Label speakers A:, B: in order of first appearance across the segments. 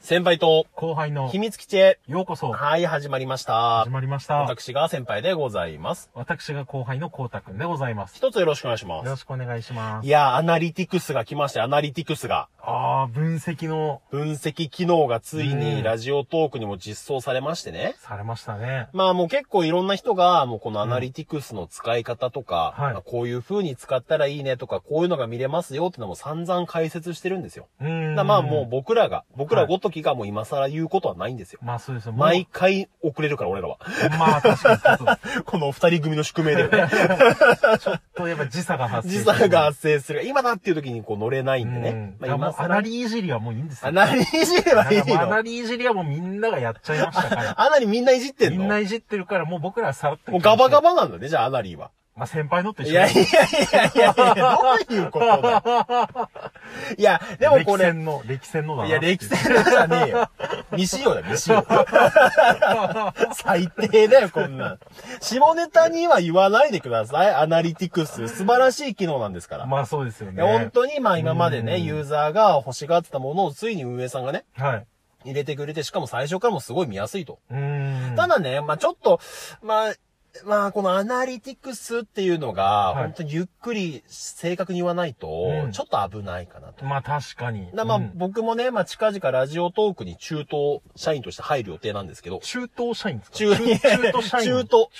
A: 先輩と
B: 後輩の
A: 秘密基地へ。
B: ようこそ
A: はい、始まりました
B: 始。まりました。
A: 私が先輩でございます。
B: 私が後輩のこうたくんでございます。よ
A: 一つよろしくお願いしま
B: ろ
A: す。
B: しくお願いしま
A: い
B: す。
A: やー、アナリティクスが来ました、アナリティクスが。
B: ああ、分析の
A: 分析機能がついうに
B: ん
A: ラジオトークにも実装されましてね。
B: されましたね。
A: まあもう結構いろんな人が、もうこのアナリティクスの使い方とか、
B: はい
A: あこういう風に使ったらいいねとか、こういうのが見れますよってのも散々解説してるんですよ。
B: うー
A: だか
B: ん。
A: らまあもう僕らが、僕らごときがもう今更言うことはないんですよ。
B: まあそうですよ。もう
A: 毎回遅れるから俺らは。
B: まあ確かにそうそう。
A: この二人組の宿命だよね。
B: とやっぱ時差が発生
A: 時
B: する。
A: 差が発生する。今だっていう時にこう乗れない
B: うん
A: で
B: ん。
A: ね。
B: だからもうアナリいじりはもういいんですよ。
A: アナリいじればいい
B: なんかもうアナ
A: の。
B: リいじりはもうみんながやっちゃいましたか
A: アナリみんないじって
B: ら。
A: ん
B: み
A: の
B: んないじってるからもう僕らはさらっと。
A: もうガバガ。バなんだね、じゃあアナリーは。
B: まあ先輩のと一緒
A: いやいやいやいやいや、どういうことだよ。いや、でもこ
B: 歴
A: れ、
B: 戦の、歴戦のだな。
A: いや、歴戦のじゃねえよ。未使用だよ、未使用。最低だよ、こんなん。下ネタには言わないでください。アナリティクス。素晴らしい機能なんですから。
B: まあそうですよね。
A: 本当に、まあ今までね、
B: うん
A: ユーザーが欲しがってたものをついに運営さんがね、
B: はい。
A: 入れてくれて、しかも最初からもすごい見やすいと。
B: うーん。
A: ただね、まあちょっと、まあ、まあこのアナリティクスっていうのが、
B: はい
A: 本当にゆっくり正確に言わないと
B: う、ん
A: ちょっと危ないかなと。
B: まあ確かに。
A: だまあ、
B: うん
A: 僕もね、まあ近々ラジオトークに中東社員として入る予定なんですけど、
B: 中東社員ですか
A: 中、中
B: 東社員
A: 途、中
B: 中
A: 途
B: 途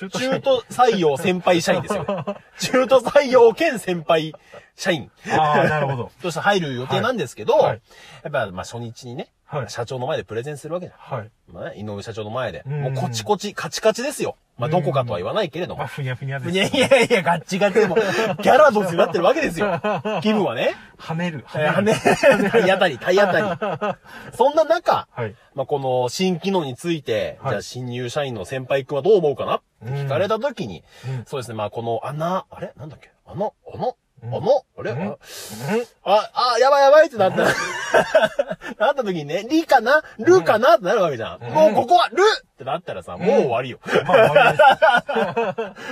B: 社員
A: 採用先輩社員 ですよね。中途採用兼先輩社員。
B: ああ、なるほど。
A: として入る予定なんですけど、
B: はいはい
A: やっぱ、まあ、初日にね、
B: はい。
A: 社長の前でプレゼンするわけじゃん。
B: はい。
A: まあね、井上社長の前で。
B: うん
A: もう、こちこち、カチカチですよ。まあ、どこかとは言わないけれど
B: まあ、
A: も。
B: ふにゃふにゃです。
A: いやいやいや、ガッチガチでも、ギャラドスになってるわけです よ。気分はね。
B: 跳ねる。
A: えー
B: る。
A: ね、体当たり、体当たり。そんな中、
B: はい。
A: まあ、この新機能について、
B: はい
A: じゃあ新入社員の先輩くんはどう思うかなって聞かれた時に、
B: うん
A: そうですね、まあ、この穴、あれなんだっけあの、あの、あ
B: うん
A: の、あれ、
B: うん
A: ああ、あ、やばいやばいってなった。 なった時にね、リかなルかなってなるわけじゃん。
B: ん
A: もうここはルってなったらさ、もう終わ りよ。
B: まあ、悪いで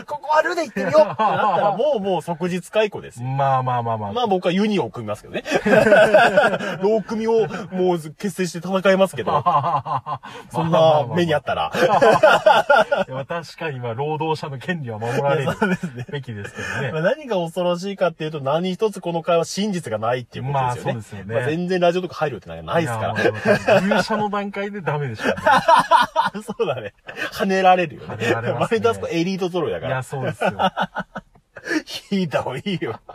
A: ここはルで行ってみようってなったら、 もうもう即日解雇です
B: す
A: よ。
B: まあまあまあまあ。
A: まあ僕はユニオンを組みますけど ね。ロー組をもう結成して戦います けど、そんな目にあ
B: っ
A: ったら。
B: た。いや確かに、まあ、労働者の権利は守られるべきですけ ど
A: ま
B: ね。
A: あ何が恐ろしいかっていうと、何一つこの会話真実がないっていうことですよね。
B: まあそうですよね
A: まあ全然ラジオとか入るってなんかないですから。
B: やまあまあまあ入社の段階でダメでしょうね。
A: あ そうだね。跳ねられるよね。
B: 跳ねられますね
A: マリタスコエリート揃いだ
B: い
A: から
B: や、。そうですよ。
A: 聞いた方がいいよ。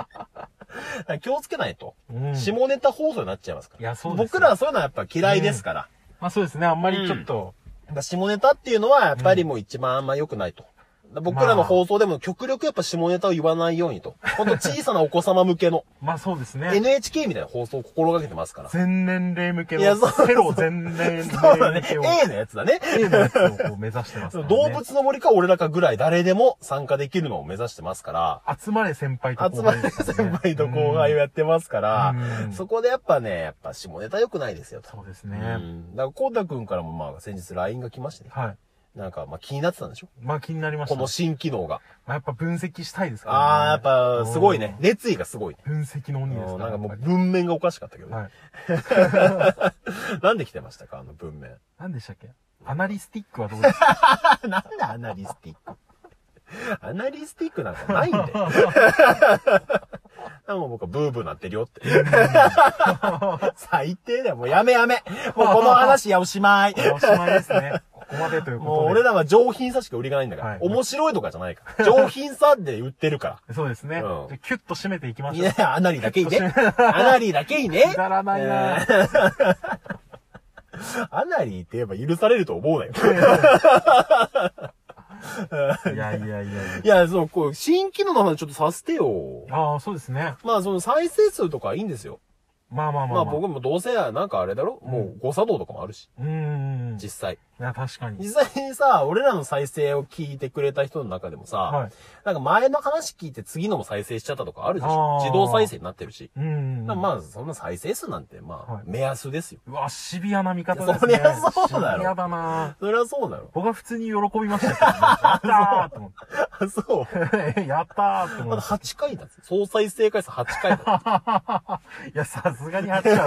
A: 気をつけないと。
B: うん
A: 下ネタ放送になっちゃいますから。
B: いやそうですよ
A: 僕らはそういうのはやっぱ嫌いですから。
B: まあ、そうですね。あんまりちょっと、
A: やっぱ下ネタっていうのはやっぱりもう一番あんま良くないと。僕らの放送でも極力やっぱ下ネタを言わないようにと。ほんと小さなお子様向けの
B: まあ、そうです ね。
A: NHK みたいな放送を心がけてますから。
B: 全年齢向け
A: いやそう
B: の、
A: そう
B: セロ全年
A: そ
B: 齢
A: うだね
B: 向。けを、
A: A のやつだね。
B: A のやつをこう目指してますからね。
A: 動物の森か俺らかぐらい誰でも参加できるのを目指してますから。
B: 集まれ先輩と
A: 集
B: 後
A: ま
B: 輩
A: り
B: ですからね
A: 先輩と後輩をやってますから
B: う、ん
A: そこでやっぱね、やっぱ下ネタ良くないですよと。
B: そうです
A: う
B: ね。
A: ん。だから、こうたくんからもまあ先日 LINE が来ましてね。
B: はい。
A: なんか、まあ気になってたんでしょ
B: まあ気になりまし
A: こ
B: た。
A: の
B: ま
A: 新機能が。
B: あ、やっぱ分析したいですからね。
A: あー、やっぱすごいね。
B: うん。
A: 熱意がすごいね。
B: 分析の鬼
A: う
B: ですか
A: ん
B: ら。
A: なんかも
B: や
A: う
B: っ
A: 文面がおかしかったけど
B: ぱり
A: ね。
B: はい。
A: なんで来てましたかあの文面。
B: 何でしたっけアナリスティックはどうですか
A: なんでアナリスティックアナリスティックなんかないん だよ。もう僕はブーブーなってるよって。最低だよ。もうやめやめ。もうこの話やおしまい。
B: おしまいですね。 ここまでということで。
A: もう俺らは上品さしか売りがないんだから。
B: はい
A: 面白いとかじゃないから。上品さで売ってるか
B: そうですね。
A: うん
B: じゃあキュッと締めていきま
A: ら。い
B: しょう。
A: や、アナリだけいいね。アナリだけいいね。
B: くだらないな
A: えーアナリって言えば許されると思う なよ。
B: いやいやいやいや。
A: いや、その、こう、新機能の話ちょっとさせてよ。
B: ああ、そうですね。
A: まあ、その再生数とかはいいんですよ。
B: まあまあま
A: ま
B: あ、
A: あ
B: まあ。
A: 僕もどうせなんかあれだろもう誤作動とかもあるし、
B: うーん。
A: 実際。
B: まいや、確かに。
A: 実際にさ、俺らの再生を聞いてくれた人の中でもさ、
B: はい
A: なんか前の話聞いて次のも再生しちゃったとかあるでし
B: あ
A: ょ
B: ー
A: 自動再生になってるし。
B: うん。
A: だからまあ、そんな再生数なんて、まあ、
B: はい
A: 目安ですよ。
B: うわ、シビアな見方です
A: そ
B: ね。
A: りゃそうだろ
B: シビアだな
A: それはそうだろ。
B: 僕は普通に喜びましたけどね。やったーと思っ
A: あ、 そう。
B: て。やったーと思
A: まだ
B: って。
A: 8回だぜ。総再生回数8回 だ。
B: いや、さすがにあっちゃうね。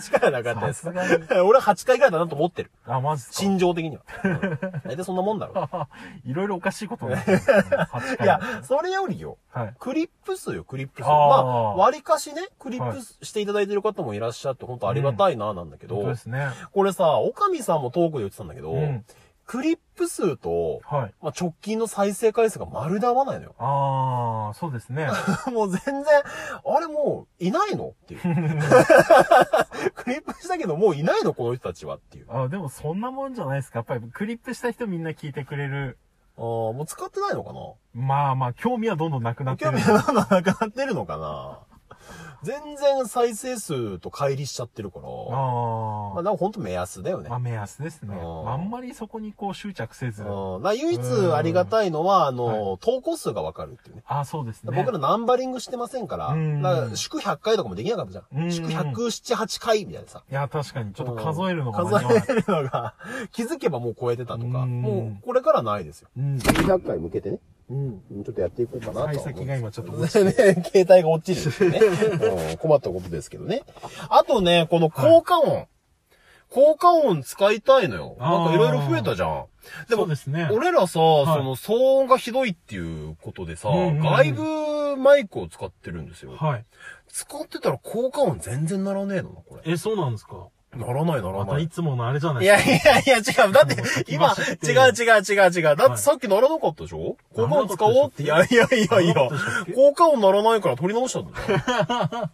A: 8回はなかったで
B: さ
A: す
B: す。がに。
A: 俺は8回ぐらいだなと思ってる。
B: あ、マジっすか。
A: 心情的には。うん大体そんなも んだろ。
B: いろいろおかしいことになってますね。8
A: い
B: 回。
A: や、それよりよ。
B: はい。
A: クリップ数よ、クリップ数。
B: あー
A: まあ、割かしね、クリップしていただいてる方もいらっしゃって、本当ありがたいな、なんだけど、
B: 本当ですね。
A: これさ、おかみさんもトークで言ってたんだけど、
B: うん。
A: クリップ数と、
B: はい。
A: まあ、直近の再生回数が丸で合わないの よ。
B: あー、そうですね。
A: もう全然、あれもう、いないの っていう。クリップしたけど、もういないのこの人たちはっていう。あ
B: あでもそんなもんじゃないですか。やっぱりクリップした人みんな聞いてくれる。
A: あー、もう使ってないのかな
B: まあまあ、興味はどんどんなくなって
A: 興
B: る。
A: 味がなくなってるのかな全然再生数と乖離しちゃってるから。
B: あ
A: まあ、
B: あ。
A: でも本当目安だよね
B: まあ。目安です
A: あ
B: ね。
A: ー
B: あんまりそこにこう執着せず。あ
A: うん、だから唯一ありがたいのは、あの、投稿数がわかるっていうね。
B: あ、そうですね。
A: 僕らナンバリングしてませんから、
B: うん
A: だから祝100回とかもできなかったじゃ。
B: うんん
A: 祝107、8回みたいなさ。
B: いや、確かに。ちょっと
A: うん
B: 数えるのが間に合わない
A: 数えるのが、 気づけばもう超えてたとか、
B: うん
A: もうこれからないですよ。
B: うん。
A: 100回向けてね、
B: うん。
A: ちょっとやっていこうかなとは思う。
B: 幸先が今ちょっと落 ち
A: ね、携帯が落ちるっていうね、うん困ったことですけどね。あとね、この効果音。効果音使いたいのよ。なんかいろいろ増えたじゃん。で
B: そ
A: も
B: う、ですね。
A: 俺らさ、
B: い
A: その騒音がひどいっていうことでさ、
B: うんうんうん
A: 外部マイクを使ってるんですよ。
B: はい。
A: 使ってたら効果音全然ならねえのな、これ。
B: え、そうなんですか
A: ならないなら
B: ま
A: な
B: た
A: い。
B: い
A: い
B: つものあれじゃないです
A: やいやいや、違う。 だって、今、
B: 先走って
A: 違う違う違う違う。だってさっきならなかったでしょ効
B: なら
A: 果
B: なか
A: 音
B: ったでしょ
A: 使おうって。いやいやいやいや
B: ならなかったでしょっ、け
A: 効果音ならないから取り直したんだよ。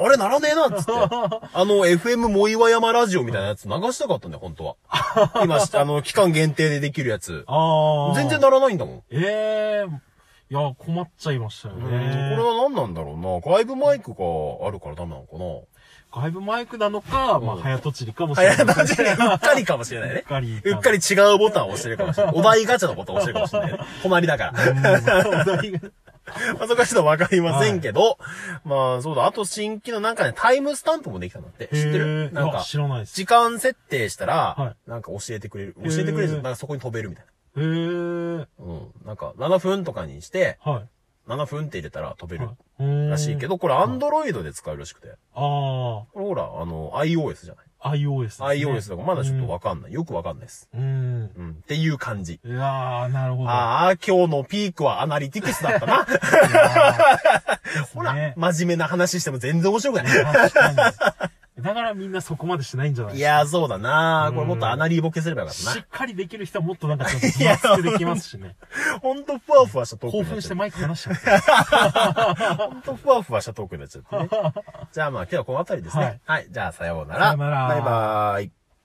A: あれ、ならねえ な、っつって。あの、FM もいわ山ラジオみたいなやつ流したかったんだよ、本当は。今、あの、期間限定でできるやつ。
B: か。 ああ。
A: 全然。ならないんだもん。
B: ええいや、困っちゃいましたよ
A: うん
B: ね。
A: これは何なんだろうな。外部マイクがあるからダメなのかな。
B: 外部マイクなのか、まあ、早とちりかもし
A: い
B: れない。
A: や、確かにうっかりかもしれないね。うっ
B: かり
A: うっかり違うボタンを押してるかもしれない。お題ガチャのボタンを押してるかもしれないね。隣だから。ま あそこはちょっとわかりませんけど。まあそうだ。あと新規のなんかね、タイムスタンプもできたんだって。知って
B: へ
A: る
B: ー
A: なん
B: いや
A: か、
B: 知らないです。
A: 時間設定したら
B: は、
A: なんか教えてくれる。教えてくれるじゃん。
B: へー
A: なんかそこに飛べるみたいな。
B: へえ。
A: うん。なんか、7分とかにして、
B: は
A: 7分って入れたら飛べ
B: い。
A: る
B: は。い。うーん
A: らしいけ。ど、これアンドロイドで使えるらしくて。
B: あ
A: これほら、あの、iOS じゃない
B: あ、iOS ですね。
A: iOS だからまだちょっとわかんない。よくわかんないです。
B: うん。
A: うん。っていう感じ。
B: いやー、なるほど。
A: ああ、今日のピークはアナリティクスだった な。ほら、
B: ね
A: 真面目な話しても全然面白くない。
B: 確かに。だからみんなそこまでしないんじゃない
A: い
B: ですか。
A: やー、そうだなこれもっとアナリーボケすればよかった
B: しっかりできる人はもっとなんかちょっと分厚くできますしね。
A: な。ほんとふわふわしたトーク
B: 興
A: になっ
B: 奮し
A: ち
B: て
A: ゃっ
B: マイク離しちゃった。
A: た。ほんとふわふわ したトークになっちゃってね。じゃあまあ今日はこの辺りですね。は
B: はいい。
A: じゃあさような
B: さ
A: ら。
B: ようなら
A: バイバーイ。